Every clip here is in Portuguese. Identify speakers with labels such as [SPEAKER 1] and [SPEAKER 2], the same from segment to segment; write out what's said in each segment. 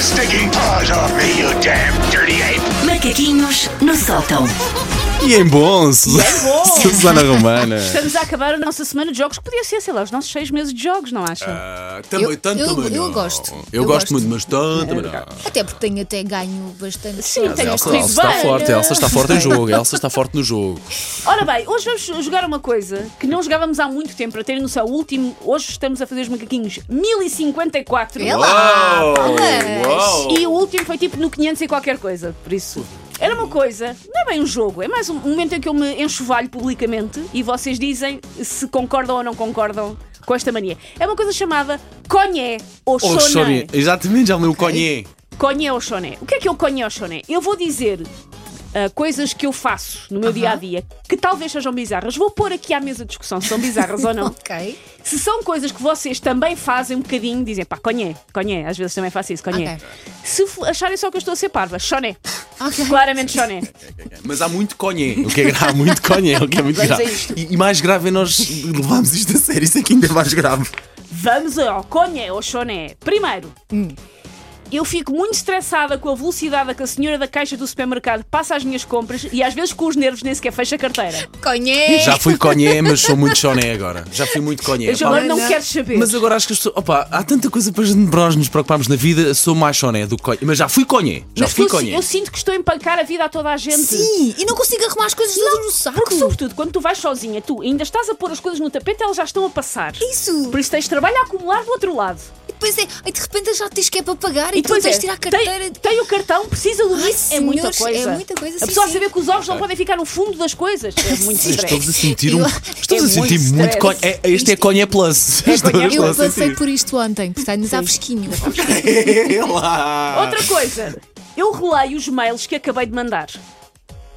[SPEAKER 1] sticking paws off me, you damn dirty ape!
[SPEAKER 2] Macaquinhos no sótão.
[SPEAKER 3] E em bons,
[SPEAKER 4] bom.
[SPEAKER 3] Susana Romana.
[SPEAKER 4] Estamos a acabar a nossa semana de jogos, que podia ser, sei lá, os nossos seis meses de jogos, não acha?
[SPEAKER 3] Ah, também,
[SPEAKER 5] Eu-
[SPEAKER 3] tanto
[SPEAKER 5] eu-
[SPEAKER 3] também
[SPEAKER 5] eu
[SPEAKER 3] não.
[SPEAKER 5] gosto.
[SPEAKER 3] Eu,
[SPEAKER 5] Eu
[SPEAKER 3] gosto
[SPEAKER 5] gosto.
[SPEAKER 3] muito, mas tanto também não.
[SPEAKER 5] Até porque tenho até ganho bastante.
[SPEAKER 4] Sim,
[SPEAKER 5] Mas
[SPEAKER 4] tem
[SPEAKER 5] é
[SPEAKER 4] as
[SPEAKER 3] Elsa, Elsa
[SPEAKER 4] coisas
[SPEAKER 3] está
[SPEAKER 4] bem.
[SPEAKER 3] forte, Elsa está forte em jogo, Elsa está forte no jogo.
[SPEAKER 4] Ora bem, hoje vamos jogar uma coisa que não jogávamos há muito tempo, para terem noção, o último, hoje estamos a fazer os macaquinhos 1054.
[SPEAKER 5] Ela- Ah, palmas.
[SPEAKER 3] Oh.
[SPEAKER 4] E o último foi tipo no 500 e qualquer coisa, por isso. Era uma coisa, não é bem um jogo, é mais um momento em que eu me enxovalho publicamente e vocês dizem se concordam ou não concordam com esta mania. É uma coisa chamada conhé ou
[SPEAKER 3] Oh,
[SPEAKER 4] choné.
[SPEAKER 3] Choné. Exatamente, já me o Conhé.
[SPEAKER 4] Conhé ou choné. O que é que é o conhé ou choné? Eu vou dizer ah, coisas que eu faço no meu dia a dia que talvez sejam bizarras. Vou pôr aqui à mesa de discussão se são bizarras ou não.
[SPEAKER 5] Ok.
[SPEAKER 4] Se são coisas que vocês também fazem um bocadinho, dizem pá, conhé, conhé, às vezes também faço isso, conhé.
[SPEAKER 5] Ok.
[SPEAKER 4] Se f- acharem só que eu estou a ser parva, choné.
[SPEAKER 5] Ok.
[SPEAKER 4] Claramente choné.
[SPEAKER 3] Mas há muito Conhé. O que é grave? Há muito Conhé, o que é muito
[SPEAKER 4] Vamos
[SPEAKER 3] grave.
[SPEAKER 4] a isto.
[SPEAKER 3] E, e mais grave é nós levarmos isto a sério, isso é que ainda é mais grave.
[SPEAKER 4] Vamos ao conhé ou choné. Primeiro,
[SPEAKER 5] Hum.
[SPEAKER 4] eu fico muito estressada com a velocidade a que a senhora da caixa do supermercado passa as minhas compras e às vezes com os nervos nem sequer fecha a carteira.
[SPEAKER 5] Conhece.
[SPEAKER 3] Já fui Conhé, mas sou muito Choné agora. Já fui muito Conhé.
[SPEAKER 4] Eu já agora não
[SPEAKER 5] É, olha.
[SPEAKER 4] quero saber.
[SPEAKER 3] Mas agora acho que as pessoas. Opa, há tanta coisa para nós nos preocuparmos na vida. Sou mais Choné do que Conhé. Mas já fui Conhé. Já
[SPEAKER 4] Mas
[SPEAKER 3] fui
[SPEAKER 4] tu-
[SPEAKER 3] Conhé.
[SPEAKER 4] eu sinto que estou a empancar a vida a toda a gente.
[SPEAKER 5] Sim, e não consigo arrumar as coisas todas no saco.
[SPEAKER 4] Porque, sobretudo, quando tu vais sozinha, tu ainda estás a pôr as coisas no tapete, elas já estão a passar.
[SPEAKER 5] Isso.
[SPEAKER 4] Por isso tens trabalho a acumular do outro lado.
[SPEAKER 5] E depois é, ai, de repente já tens que é para pagar e, tu tens
[SPEAKER 4] é,
[SPEAKER 5] de tirar a carteira.
[SPEAKER 4] Tem, tem o cartão, precisa do
[SPEAKER 5] Ai,
[SPEAKER 4] NIS, é muita
[SPEAKER 5] senhores,
[SPEAKER 4] coisa.
[SPEAKER 5] é muita coisa,
[SPEAKER 4] a
[SPEAKER 5] sim,
[SPEAKER 4] pessoa a
[SPEAKER 5] sim.
[SPEAKER 4] saber que os ovos não podem ficar no fundo das coisas. É muito
[SPEAKER 3] Estou-vos
[SPEAKER 4] estresse.
[SPEAKER 3] a sentir um.
[SPEAKER 5] Eu-
[SPEAKER 3] Estou-vos
[SPEAKER 4] é
[SPEAKER 3] a sentir
[SPEAKER 4] muito
[SPEAKER 3] muito
[SPEAKER 4] stress.
[SPEAKER 3] Conhé. É- Este é Conhé Plus. é Estou-
[SPEAKER 4] Conhé
[SPEAKER 3] estou a
[SPEAKER 5] Eu passei
[SPEAKER 3] sentir.
[SPEAKER 5] por isto ontem, portanto, está fresquinho.
[SPEAKER 3] É Ela.
[SPEAKER 4] Outra coisa, eu releio os mails que acabei de mandar.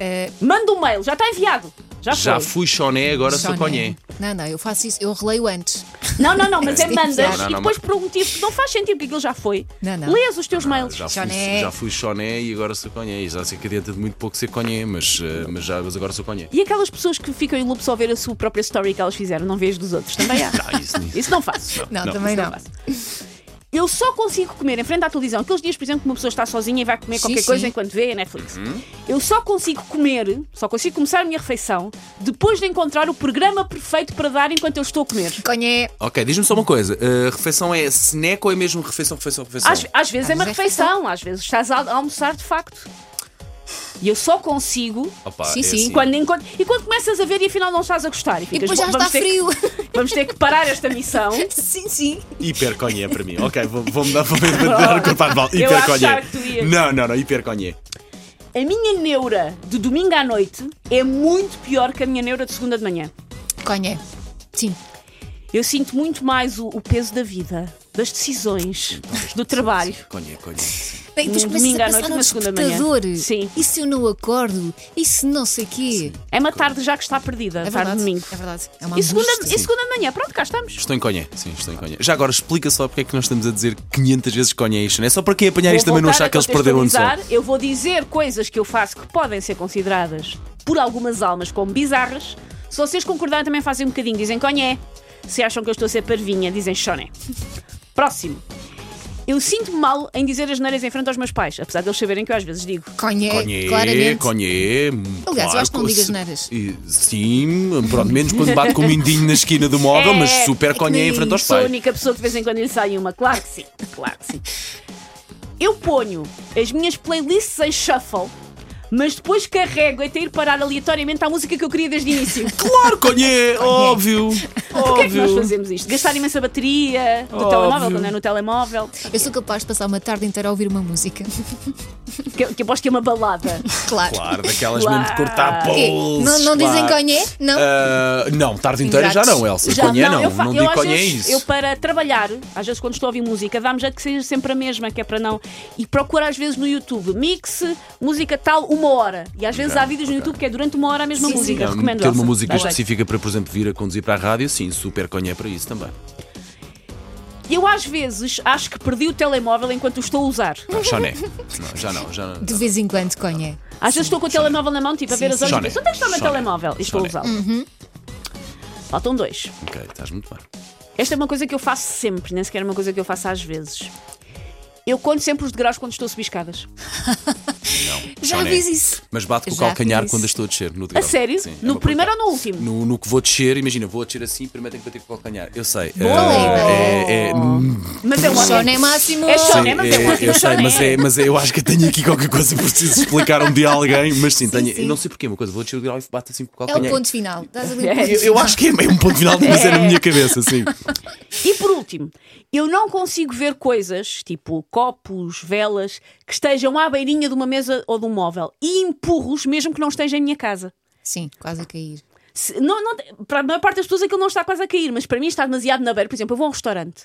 [SPEAKER 5] Eh,
[SPEAKER 4] Manda um mail, já está enviado. Já,
[SPEAKER 3] Já
[SPEAKER 4] foi.
[SPEAKER 3] fui Choné, agora
[SPEAKER 5] só
[SPEAKER 3] sou Conhé.
[SPEAKER 5] Não, não, eu faço isso, eu releio antes.
[SPEAKER 4] Não, não, não, mas é mandas
[SPEAKER 5] Não,
[SPEAKER 3] não,
[SPEAKER 4] e
[SPEAKER 3] não,
[SPEAKER 4] depois por um motivo que não faz sentido porque aquilo já foi.
[SPEAKER 5] Não, não.
[SPEAKER 4] Lês os teus mails.
[SPEAKER 3] Já fui,
[SPEAKER 5] Choné.
[SPEAKER 3] já fui Choné e agora sou Conhé. Já sei que adianta de muito pouco ser Conhé, mas, eh, mas, já, mas agora sou Conhé.
[SPEAKER 4] E aquelas pessoas que ficam em loop só a ver a sua própria story que elas fizeram, não vês dos outros, também há.
[SPEAKER 3] Ah, isso, isso.
[SPEAKER 4] Isso não faço.
[SPEAKER 5] Não,
[SPEAKER 3] Não, é
[SPEAKER 5] também
[SPEAKER 4] Isso
[SPEAKER 5] não.
[SPEAKER 4] faço. Eu só consigo comer em frente à televisão aqueles dias, por exemplo, que uma pessoa está sozinha e vai comer
[SPEAKER 5] Sim,
[SPEAKER 4] qualquer
[SPEAKER 5] sim.
[SPEAKER 4] coisa enquanto vê a Netflix. Eu só consigo comer, só consigo começar a minha refeição depois de encontrar o programa perfeito para dar enquanto eu estou a comer.
[SPEAKER 5] Conhé.
[SPEAKER 3] Ok, diz-me só uma coisa. eh, refeição é snack ou é mesmo refeição, refeição, refeição?
[SPEAKER 4] Às, às vezes é uma
[SPEAKER 5] Às vezes é
[SPEAKER 4] refeição, às vezes estás a a almoçar de facto. E eu só consigo
[SPEAKER 3] Opa,
[SPEAKER 5] Sim,
[SPEAKER 3] é
[SPEAKER 5] sim.
[SPEAKER 3] assim.
[SPEAKER 4] quando encontro. E quando começas a ver e afinal não estás a gostar. E, ficas,
[SPEAKER 5] depois já
[SPEAKER 4] "Bom, vamos
[SPEAKER 5] está
[SPEAKER 4] ter que-
[SPEAKER 5] frio."
[SPEAKER 4] vamos ter que parar esta missão.
[SPEAKER 5] Sim, sim.
[SPEAKER 3] Hiper Conhé para mim. Ok, vou- vou-me dar, vou dar o corpo de volta.
[SPEAKER 4] Eu
[SPEAKER 3] Hiper Conhé.
[SPEAKER 4] achar que tu ias.
[SPEAKER 3] Não, não, não, hiper Conhé.
[SPEAKER 4] A minha neura de domingo à noite é muito pior que a minha neura de segunda de manhã.
[SPEAKER 5] Conhé. Sim.
[SPEAKER 4] Eu sinto muito mais o, o peso da vida, das decisões, do trabalho.
[SPEAKER 3] Conhé, Conhé.
[SPEAKER 5] Bem, depois
[SPEAKER 4] Um
[SPEAKER 5] começas
[SPEAKER 4] domingo à
[SPEAKER 5] a
[SPEAKER 4] noite,
[SPEAKER 5] pensar no
[SPEAKER 4] uma segunda manhã.
[SPEAKER 5] despertador.
[SPEAKER 4] Sim.
[SPEAKER 5] E se eu não acordo? E se não sei quê?
[SPEAKER 4] É uma tarde já que está perdida, tarde
[SPEAKER 5] É
[SPEAKER 4] de
[SPEAKER 5] verdade.
[SPEAKER 4] domingo.
[SPEAKER 5] É verdade. É uma
[SPEAKER 4] E segunda,
[SPEAKER 5] angústia.
[SPEAKER 4] e segunda de manhã, pronto, cá estamos.
[SPEAKER 3] Estou em Conhé, sim, estou em Conhé. Já agora explica só porque é que nós estamos a dizer 500 vezes Conhé isto, não é? Só para quem apanhar isto
[SPEAKER 4] Vou
[SPEAKER 3] também não achar
[SPEAKER 4] voltar a
[SPEAKER 3] que eles perderam onde são.
[SPEAKER 4] contextualizar. Eu vou dizer coisas que eu faço que podem ser consideradas por algumas almas como bizarras. Se vocês concordarem, também fazem um bocadinho, dizem conhé. Se acham que eu estou a ser parvinha, dizem choné. Próximo. Eu sinto-me mal em dizer as neiras em frente aos meus pais, apesar de eles saberem que eu às vezes digo.
[SPEAKER 5] Conhé,
[SPEAKER 3] Conhé,
[SPEAKER 5] É, claramente.
[SPEAKER 3] Conhé.
[SPEAKER 5] Aliás, eu acho que não digas neiras.
[SPEAKER 3] neiras. Sim, pronto, menos quando bate com o mindinho na esquina do móvel,
[SPEAKER 4] É,
[SPEAKER 3] mas Oh, super Conhé em
[SPEAKER 5] nem
[SPEAKER 3] frente aos
[SPEAKER 4] Sou a
[SPEAKER 3] pais.
[SPEAKER 4] única pessoa que de vez em quando lhe sai uma, claro que sim, claro que sim. Eu ponho as minhas playlists em shuffle, mas depois carrego até ir parar aleatoriamente à música que eu queria desde o início.
[SPEAKER 3] Claro, Conhé, óbvio.
[SPEAKER 4] Porquê é que nós
[SPEAKER 3] Óbvio.
[SPEAKER 4] fazemos isto? Gastar imensa bateria do
[SPEAKER 3] Óbvio.
[SPEAKER 4] telemóvel, quando é no telemóvel,
[SPEAKER 5] Eu sou capaz de passar uma tarde inteira a ouvir uma música.
[SPEAKER 4] que, que aposto que é uma balada.
[SPEAKER 5] Claro.
[SPEAKER 3] Claro, daquelas
[SPEAKER 4] Claro.
[SPEAKER 3] mesmo de cortar
[SPEAKER 5] Quê?
[SPEAKER 3] pulsos.
[SPEAKER 5] Não, não dizem
[SPEAKER 3] claro.
[SPEAKER 5] Conhé? Não.
[SPEAKER 3] Ah, não, tarde inteira já
[SPEAKER 5] Ingratos.
[SPEAKER 3] não, Elsa.
[SPEAKER 4] Já-
[SPEAKER 3] Conhé não,
[SPEAKER 4] eu fa-
[SPEAKER 3] não
[SPEAKER 4] eu
[SPEAKER 3] digo
[SPEAKER 4] às
[SPEAKER 3] Conhé
[SPEAKER 4] vezes-
[SPEAKER 3] isso.
[SPEAKER 4] Eu para trabalhar, às vezes quando estou a ouvir música, dá-me jeito que seja sempre a mesma, que é para não. E procuro às vezes no YouTube, mix, música tal, uma hora. E às vezes há vídeos no YouTube que é durante uma hora a mesma
[SPEAKER 5] Sim, sim.
[SPEAKER 4] música.
[SPEAKER 3] Não,
[SPEAKER 4] Recomendo
[SPEAKER 3] Ah, ter uma
[SPEAKER 4] Elsa.
[SPEAKER 3] música
[SPEAKER 4] Dá jeito.
[SPEAKER 3] específica para, por exemplo, vir a conduzir para a rádio, sim, super Conhé para isso também.
[SPEAKER 4] Eu às vezes acho que perdi o telemóvel enquanto o estou a usar.
[SPEAKER 3] Não, Choné. Não, já não, já não.
[SPEAKER 5] De vez em quando, Conhé.
[SPEAKER 4] Às vezes estou com o telemóvel na mão, tipo, a ver as
[SPEAKER 5] sim.
[SPEAKER 4] horas. e
[SPEAKER 3] Choné.
[SPEAKER 4] penso, Onde é que está o meu
[SPEAKER 3] Choné.
[SPEAKER 4] telemóvel? E estou
[SPEAKER 3] Choné.
[SPEAKER 4] a usá-lo.
[SPEAKER 5] Uhum.
[SPEAKER 4] Faltam dois.
[SPEAKER 3] Ok, estás muito bem.
[SPEAKER 4] Esta é uma coisa que eu faço sempre, nem sequer é uma coisa que eu faço às vezes. Eu conto sempre os degraus quando estou a subir escadas.
[SPEAKER 5] Já
[SPEAKER 3] Joné.
[SPEAKER 5] fiz isso.
[SPEAKER 3] Mas bate com o
[SPEAKER 5] Já
[SPEAKER 3] calcanhar
[SPEAKER 5] fiz
[SPEAKER 3] quando
[SPEAKER 5] isso.
[SPEAKER 3] eu estou a descer no
[SPEAKER 4] A
[SPEAKER 3] degrau.
[SPEAKER 4] sério?
[SPEAKER 3] Sim, é
[SPEAKER 4] no
[SPEAKER 3] uma
[SPEAKER 4] primeiro
[SPEAKER 3] coisa.
[SPEAKER 4] ou no último?
[SPEAKER 3] No, no que vou descer, imagina, vou descer assim, primeiro tenho que bater com o calcanhar. Eu sei. eh,
[SPEAKER 5] Lena.
[SPEAKER 3] é, é,
[SPEAKER 4] Mas é um
[SPEAKER 5] Só nem máximo.
[SPEAKER 4] É só-
[SPEAKER 3] Sim,
[SPEAKER 4] Não, é, mas
[SPEAKER 3] é,
[SPEAKER 4] é um ótimo
[SPEAKER 3] eu sei,
[SPEAKER 4] choné.
[SPEAKER 3] mas, é, mas é, eu acho que tenho aqui qualquer coisa que preciso explicar um dia a alguém, mas sim, tenho,
[SPEAKER 5] sim.
[SPEAKER 3] não sei porquê, uma coisa, vou descer o grau e bato assim com o
[SPEAKER 5] É o
[SPEAKER 3] calcanhar.
[SPEAKER 5] ponto final. Estás ali o ponto
[SPEAKER 3] eu, eu acho que é meio um ponto final, mas é na minha cabeça, sim.
[SPEAKER 4] E por último, eu não consigo ver coisas, tipo copos, velas, que estejam à beirinha de uma mesa ou de um móvel. E empurro-os mesmo que não esteja em minha casa.
[SPEAKER 5] Sim, quase a cair.
[SPEAKER 4] Se- não- não- para a maior parte das pessoas aquilo não está quase a cair, mas para mim está demasiado na beira. Por exemplo, eu vou a um restaurante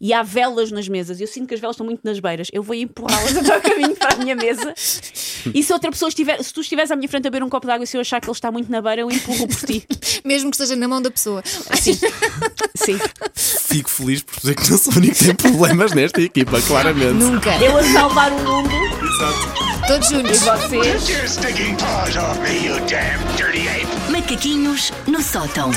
[SPEAKER 4] e há velas nas mesas. Eu sinto que as velas estão muito nas beiras. Eu vou empurrá-las até o caminho para a minha mesa. E se outra pessoa estiver, se tu estiveres à minha frente a beber um copo de água e se eu achar que ele está muito na beira, eu empurro por ti.
[SPEAKER 5] Mesmo que esteja na mão da pessoa.
[SPEAKER 4] Sim. Sim.
[SPEAKER 3] Fico feliz por dizer que não sou o único que tem problemas nesta equipa, claramente.
[SPEAKER 5] Nunca.
[SPEAKER 4] Eu a salvar o mundo
[SPEAKER 5] Todos
[SPEAKER 4] e
[SPEAKER 5] juntos.
[SPEAKER 4] vocês.
[SPEAKER 1] Get your stinking paws off me, you damn dirty ape!
[SPEAKER 2] Macaquinhos no sótão.